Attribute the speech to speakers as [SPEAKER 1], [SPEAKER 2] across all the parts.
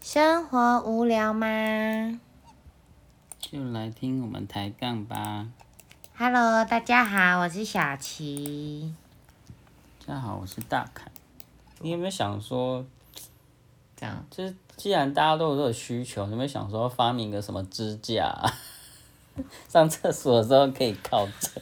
[SPEAKER 1] 生活无聊吗
[SPEAKER 2] 就来听我们抬杠吧。
[SPEAKER 1] ？Hello，大家好，我是小琪。
[SPEAKER 2] 大家好，我是大凯。你有没有想说，
[SPEAKER 1] 这样，
[SPEAKER 2] 就是既然大家都有这个需求，你有没有想说发明个什么支架、啊？ 上厕所的时候可以靠 着，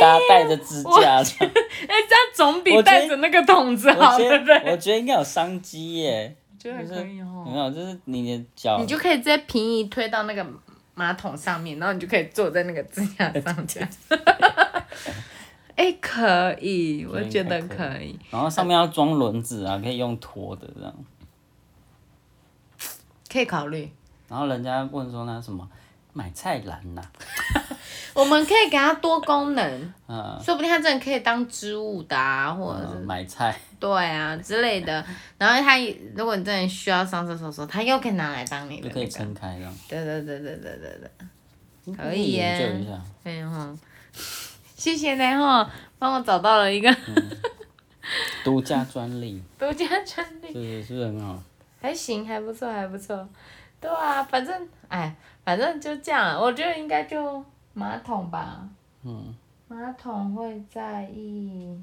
[SPEAKER 2] 大家带着支架这样。
[SPEAKER 1] 哎、这样总
[SPEAKER 2] 我
[SPEAKER 1] 比
[SPEAKER 2] 觉得
[SPEAKER 1] 带着那个桶子好，
[SPEAKER 2] 我
[SPEAKER 1] 对
[SPEAKER 2] 觉
[SPEAKER 1] 不
[SPEAKER 2] 得
[SPEAKER 1] 对？
[SPEAKER 2] 我觉得应该有商机耶，
[SPEAKER 1] 我觉得还
[SPEAKER 2] 就
[SPEAKER 1] 可
[SPEAKER 2] 是
[SPEAKER 1] 以
[SPEAKER 2] 有
[SPEAKER 1] 哦。
[SPEAKER 2] 没有？就是你的脚，
[SPEAKER 1] 你就可以直接平移推到那个马桶上面，然后你就可以坐在那个支架上这样。 哎、可以，我觉得可以。
[SPEAKER 2] 然后上面要装轮子啊，可以用拖的这样。
[SPEAKER 1] 可以考虑。
[SPEAKER 2] 然后人家问说那什么买菜篮呐、
[SPEAKER 1] 我们可以给它多功能，
[SPEAKER 2] 嗯
[SPEAKER 1] 说不定它真的可以当织物的啊，或者
[SPEAKER 2] 嗯，
[SPEAKER 1] 是
[SPEAKER 2] 买菜，
[SPEAKER 1] 对啊之类的。然后它如果你真的需要上厕所的时候，它又可以拿来当你的
[SPEAKER 2] 就可
[SPEAKER 1] 那
[SPEAKER 2] 以
[SPEAKER 1] 个。
[SPEAKER 2] 撑开这样。
[SPEAKER 1] 对对对对对对对，可以
[SPEAKER 2] 可以研
[SPEAKER 1] 耶
[SPEAKER 2] 究一下。
[SPEAKER 1] 哎呦，谢谢嘞哈，帮我找到了一个
[SPEAKER 2] 独家专利，
[SPEAKER 1] 独家专利，
[SPEAKER 2] 是是不是很好？
[SPEAKER 1] 还行，还不错，还不错。对啊，反正哎，反正就这样，我觉得应该就马桶吧，
[SPEAKER 2] 嗯，
[SPEAKER 1] 马桶会在意。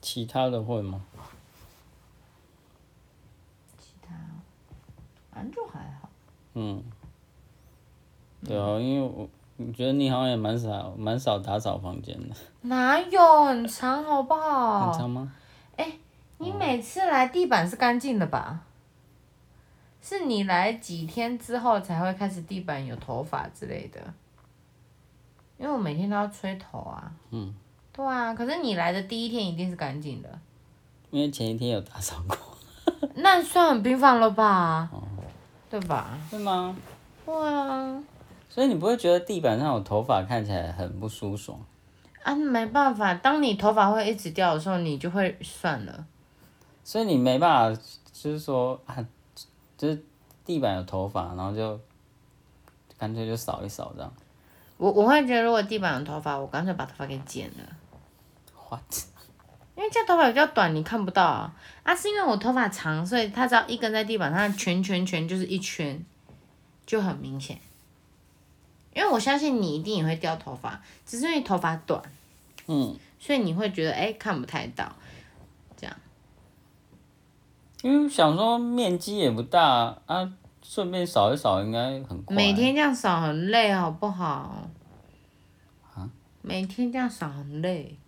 [SPEAKER 2] 其他的会吗？
[SPEAKER 1] 其他，反正就还好。
[SPEAKER 2] 嗯，对啊，因为我我觉得你好像也蛮少蛮少打扫房间的，
[SPEAKER 1] 哪有很长好不好？
[SPEAKER 2] 很常吗？
[SPEAKER 1] 你每次来地板是干净的吧？是你来几天之后才会开始地板有头发之类的，因为我每天都要吹头啊。
[SPEAKER 2] 嗯。
[SPEAKER 1] 对啊，可是你来的第一天一定是干净的，
[SPEAKER 2] 因为前一天有打扫过，
[SPEAKER 1] 那算很频繁了吧？对吧？
[SPEAKER 2] 是吗？
[SPEAKER 1] 对啊，
[SPEAKER 2] 所以你不会觉得地板上有头发看起来很不舒爽？
[SPEAKER 1] 啊没办法，当你头发会一直掉的时候，你就会算了。
[SPEAKER 2] 所以你没办法，就是说啊，就是地板有头发，然后就干脆就扫一扫这样。
[SPEAKER 1] 我我会觉得，如果地板有头发，我干脆把头发给剪了。
[SPEAKER 2] What？
[SPEAKER 1] 因为这样头发比较短，你看不到啊。啊，是因为我头发长，所以它只要一根在地板上，圈圈圈就是一圈，就很明显。因为我相信你一定也会掉头发，只是因为头发短，
[SPEAKER 2] 嗯，
[SPEAKER 1] 所以你会觉得哎、看不太到。
[SPEAKER 2] 因为想说面积也不大啊，顺便扫一扫应该很快。
[SPEAKER 1] 每天这样扫很累，好不好？啊？每天这样扫很累，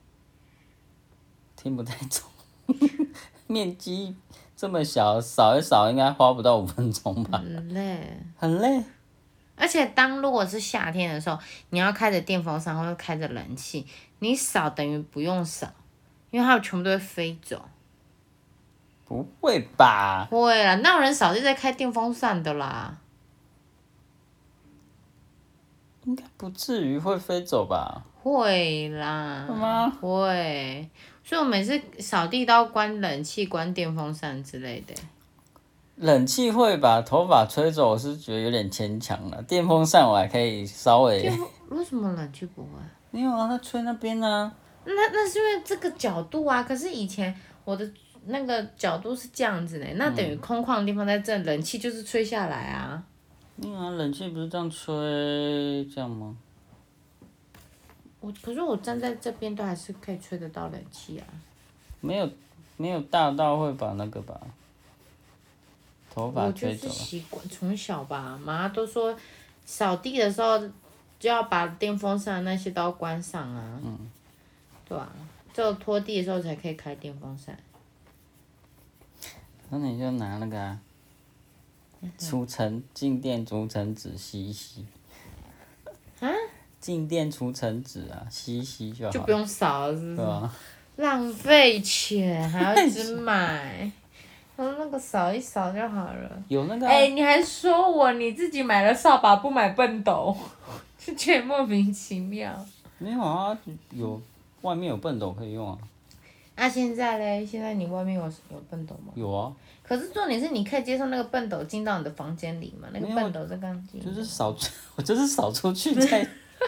[SPEAKER 2] 听不太懂。 面积这么小，扫一扫应该花不到五分钟吧？
[SPEAKER 1] 很累。
[SPEAKER 2] 很累。
[SPEAKER 1] 而且当如果是夏天的时候，你要开着电风扇或者开着冷气，你扫等于不用扫，因为它们全部都会飞走。
[SPEAKER 2] 不会吧？
[SPEAKER 1] 会啦，那有人扫地在开电风扇的啦。
[SPEAKER 2] 应该不至于会飞走吧？
[SPEAKER 1] 会啦，
[SPEAKER 2] 会吗
[SPEAKER 1] 会，所以我每次扫地都要关冷气、关电风扇之类的。
[SPEAKER 2] 冷气会把头发吹走，我是觉得有点牵强了。电风扇我还可以稍微
[SPEAKER 1] 电，风为什么冷气不会？
[SPEAKER 2] 没有啊，它吹那边呢、
[SPEAKER 1] 那那是因为这个角度啊。可是以前我的那个角度是这样子的，那等于空旷的地方在这，冷气就是吹下来啊。
[SPEAKER 2] 没有啊，冷气不是这样吹，这样吗？
[SPEAKER 1] 我可是我站在这边都还是可以吹得到冷气啊。
[SPEAKER 2] 没有，没有大到会把那个吧，头
[SPEAKER 1] 我
[SPEAKER 2] 发
[SPEAKER 1] 就
[SPEAKER 2] 吹
[SPEAKER 1] 是
[SPEAKER 2] 走啊。
[SPEAKER 1] 习惯从小吧，妈都说扫地的时候就要把电风扇那些都要关上啊。嗯。对啊，只有拖地的时候才可以开电风扇。
[SPEAKER 2] 那你就拿那个、啊、除尘静电除尘纸吸一吸。
[SPEAKER 1] 啊？
[SPEAKER 2] 静电除尘纸啊，吸一吸就好
[SPEAKER 1] 就
[SPEAKER 2] 了，
[SPEAKER 1] 不用扫了，是不
[SPEAKER 2] 对啊
[SPEAKER 1] 是？
[SPEAKER 2] 吧、
[SPEAKER 1] 浪费钱，还要一直 买。然后那个扫一扫就好了。
[SPEAKER 2] 有那个啊、
[SPEAKER 1] 哎、你还说我你自己买了扫把，不买笨斗， 就觉得莫名其妙。
[SPEAKER 2] 没有啊？有外面有笨斗可以用啊，
[SPEAKER 1] 那、现在嘞？现在你外面有有笨斗吗？
[SPEAKER 2] 有啊，
[SPEAKER 1] 可是重点是，你可以接受那个笨斗进到你的房间里吗？那个
[SPEAKER 2] 没有
[SPEAKER 1] 笨斗在干净。
[SPEAKER 2] 就是扫出， 我就是扫 出去再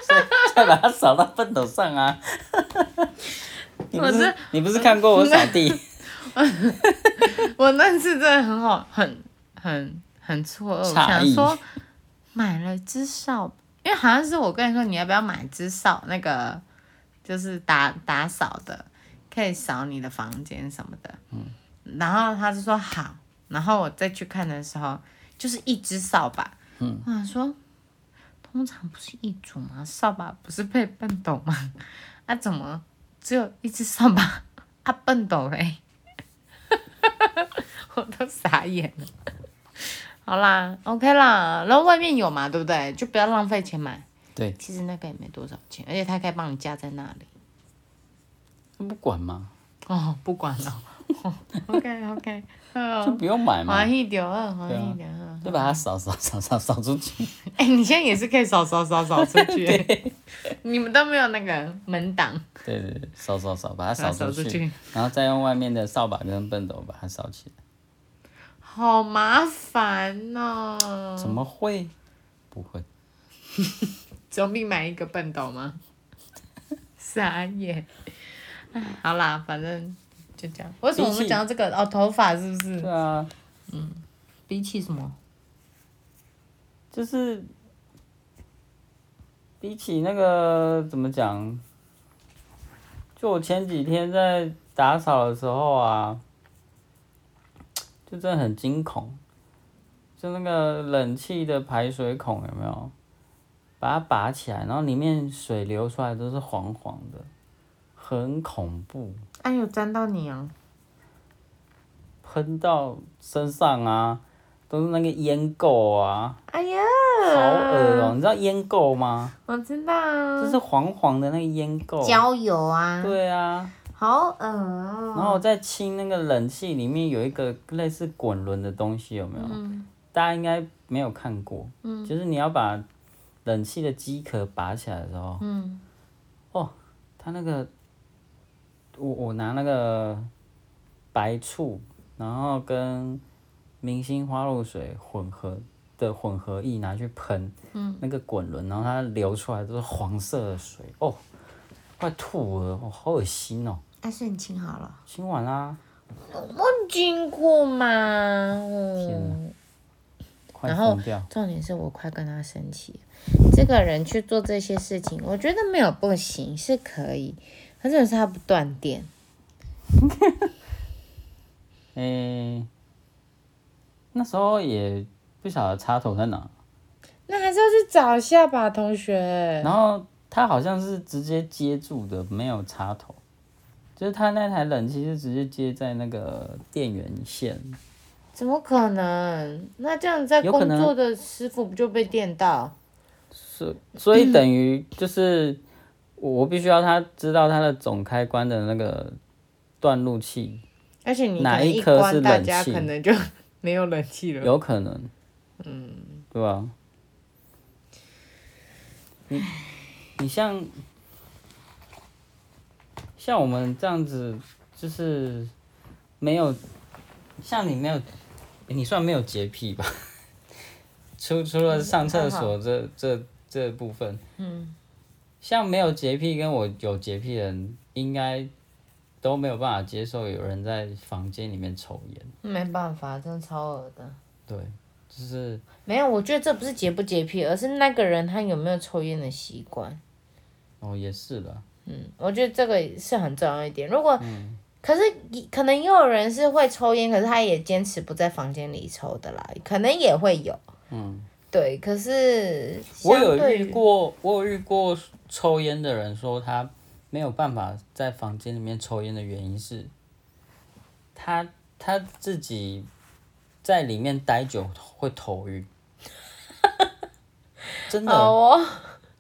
[SPEAKER 2] 再再把它扫到笨斗上啊。 你不
[SPEAKER 1] 我
[SPEAKER 2] 是
[SPEAKER 1] 这
[SPEAKER 2] 你不是看过我扫 地？
[SPEAKER 1] 我那次真的很好，很很很错愕，我
[SPEAKER 2] 诧
[SPEAKER 1] 想
[SPEAKER 2] 异
[SPEAKER 1] 说买了只扫，因为好像是我跟你说你要不要买只扫，那个就是打打扫的，可以扫你的房间什么的。嗯。然后他就说好，然后我再去看的时候，就是一只扫把。嗯。我想说，通常不是一组吗？扫把不是配笨斗吗？啊，怎么只有一只扫把？ 啊，笨斗嘞！我都傻眼了。好啦，OK 啦，然后外面有嘛，对不对？就不要浪费钱买。
[SPEAKER 2] 对，
[SPEAKER 1] 其实那个也没多少钱，而且它可以帮你加在那里。
[SPEAKER 2] 不管嘛，
[SPEAKER 1] 哦，不管了。OK OK，
[SPEAKER 2] 就
[SPEAKER 1] 嗯，
[SPEAKER 2] 不用买嘛
[SPEAKER 1] 欢，喜点啊，欢喜点啊。
[SPEAKER 2] 就把它扫扫扫扫扫出去。
[SPEAKER 1] 哎、你现在也是可以扫扫扫扫出去、 你们都没有那个门挡，
[SPEAKER 2] 对对对，扫扫扫，把它
[SPEAKER 1] 扫
[SPEAKER 2] 扫出
[SPEAKER 1] 出
[SPEAKER 2] 去
[SPEAKER 1] 去，
[SPEAKER 2] 然后再用外面的扫把跟笨斗把它扫起来。
[SPEAKER 1] 好麻烦哦。
[SPEAKER 2] 怎么会？不会，
[SPEAKER 1] 总比买一个笨斗吗？ 傻眼。唉好啦，反正就这样。为什么我
[SPEAKER 2] 比
[SPEAKER 1] 们
[SPEAKER 2] 起
[SPEAKER 1] 讲到这个？哦，头发是不是
[SPEAKER 2] 对？啊，
[SPEAKER 1] 比起什么？
[SPEAKER 2] 就是比起那个怎么讲，就我前几天在打扫的时候啊，就真的很惊恐，就那个冷气的排水孔有没有？把它拔起来，然后里面水流出来都是黄黄的，很恐怖，
[SPEAKER 1] 哎、有沾到你啊！
[SPEAKER 2] 喷到身上啊，都是那个烟垢啊，
[SPEAKER 1] 哎呀，
[SPEAKER 2] 好恶哦、你知道烟垢吗？
[SPEAKER 1] 我知道
[SPEAKER 2] 就
[SPEAKER 1] 啊，
[SPEAKER 2] 是黄黄的那个烟垢。
[SPEAKER 1] 焦油啊，
[SPEAKER 2] 对啊，
[SPEAKER 1] 好恶哦、
[SPEAKER 2] 然后我在清那个冷气里面有一个类似滚轮的东西，有没有？
[SPEAKER 1] 嗯
[SPEAKER 2] 大家应该没有看过。就是你要把冷气的机壳拔起来的时候，
[SPEAKER 1] 嗯，
[SPEAKER 2] 它那个，我我拿那个白醋，然后跟明星花露水混合的混合液拿去喷，
[SPEAKER 1] 嗯
[SPEAKER 2] 那个滚轮，然后它流出来都是黄色的水，哦，快吐了，哦，好恶心哦。
[SPEAKER 1] 阿顺你清好了。
[SPEAKER 2] 清完啦、
[SPEAKER 1] 我经过嘛，哦
[SPEAKER 2] 天哪快
[SPEAKER 1] 然后
[SPEAKER 2] 疯掉！
[SPEAKER 1] 重点是我快跟他生气了，这个人去做这些事情，我觉得没有不行，是可以，可是他不断电。
[SPEAKER 2] 诶、那时候也不晓得插头在哪，
[SPEAKER 1] 那还是要去找一下吧，同学。
[SPEAKER 2] 然后它好像是直接接住的，没有插头，就是它那台冷气是直接接在那个电源线，
[SPEAKER 1] 怎么可能？那这样在
[SPEAKER 2] 有可
[SPEAKER 1] 工
[SPEAKER 2] 能
[SPEAKER 1] 作的师傅不就被电到？
[SPEAKER 2] 所所以等于就是我我必须要他知道它的总开关的那个断路器，
[SPEAKER 1] 而且你可
[SPEAKER 2] 哪
[SPEAKER 1] 能
[SPEAKER 2] 一
[SPEAKER 1] 一
[SPEAKER 2] 颗是
[SPEAKER 1] 关，大
[SPEAKER 2] 冷
[SPEAKER 1] 家
[SPEAKER 2] 气
[SPEAKER 1] 可能就没有冷气了。
[SPEAKER 2] 有可能，嗯，对吧、你你像像我们这样子，就是没有像你没有，你算没有洁癖吧？除除了上厕所这这这部分，嗯，像没有洁癖跟我有洁癖的人，应该都没有办法接受有人在房间里面抽烟。
[SPEAKER 1] 没办法，真的超恶的。
[SPEAKER 2] 对，就是
[SPEAKER 1] 没有，我觉得这不是洁不洁癖，而是那个人他有没有抽烟的习惯。
[SPEAKER 2] 哦，也是了，
[SPEAKER 1] 嗯，我觉得这个是很重要一点。如果、
[SPEAKER 2] 嗯
[SPEAKER 1] 可是可能也有人是会抽烟，可是他也坚持不在房间里抽的啦，可能也会有。嗯，对，可是
[SPEAKER 2] 我
[SPEAKER 1] 相
[SPEAKER 2] 有
[SPEAKER 1] 对
[SPEAKER 2] 遇
[SPEAKER 1] 于
[SPEAKER 2] 过，我有遇过抽烟的人说他没有办法在房间里面抽烟的原因是，他他自己在里面待久会头晕， 真的，
[SPEAKER 1] 哦，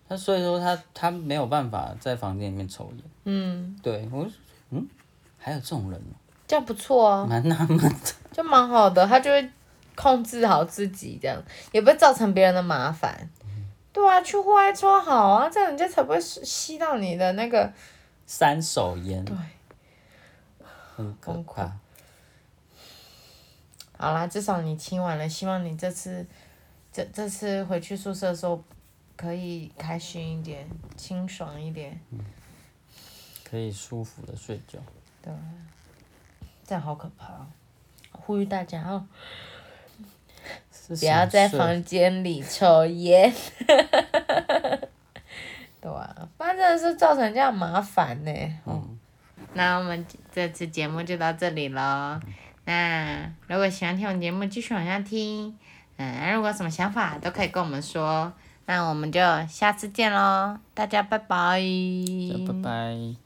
[SPEAKER 2] 他所以说他他没有办法在房间里面抽烟。
[SPEAKER 1] 嗯，
[SPEAKER 2] 对我就，嗯，还有这种人哦，
[SPEAKER 1] 这样不错啊，
[SPEAKER 2] 蛮纳闷的。
[SPEAKER 1] 就蛮好的，他就会控制好自己，这样也不会造成别人的麻烦。对啊，去户外抽好啊，这样人家才不会吸吸到你的那个。
[SPEAKER 2] 三手烟，
[SPEAKER 1] 对，
[SPEAKER 2] 很可
[SPEAKER 1] 崩溃
[SPEAKER 2] 怕。
[SPEAKER 1] 好啦，至少你清完了，希望你这次，这这次回去宿舍的时候，可以开心一点，清爽一点。
[SPEAKER 2] 可以舒服的睡觉。
[SPEAKER 1] 这样好可怕、哦。呼吁大家哦，
[SPEAKER 2] 是
[SPEAKER 1] 不要
[SPEAKER 2] 想
[SPEAKER 1] 在
[SPEAKER 2] 睡
[SPEAKER 1] 房间里抽烟。 对啊，不然真的是造成这样麻烦呢、嗯，那我们这次节目就到这里喽。那如果喜欢听我们节目，继续往下听。嗯，如果有什么想法都可以跟我们说。那我们就下次见喽，大家拜拜。
[SPEAKER 2] 拜拜。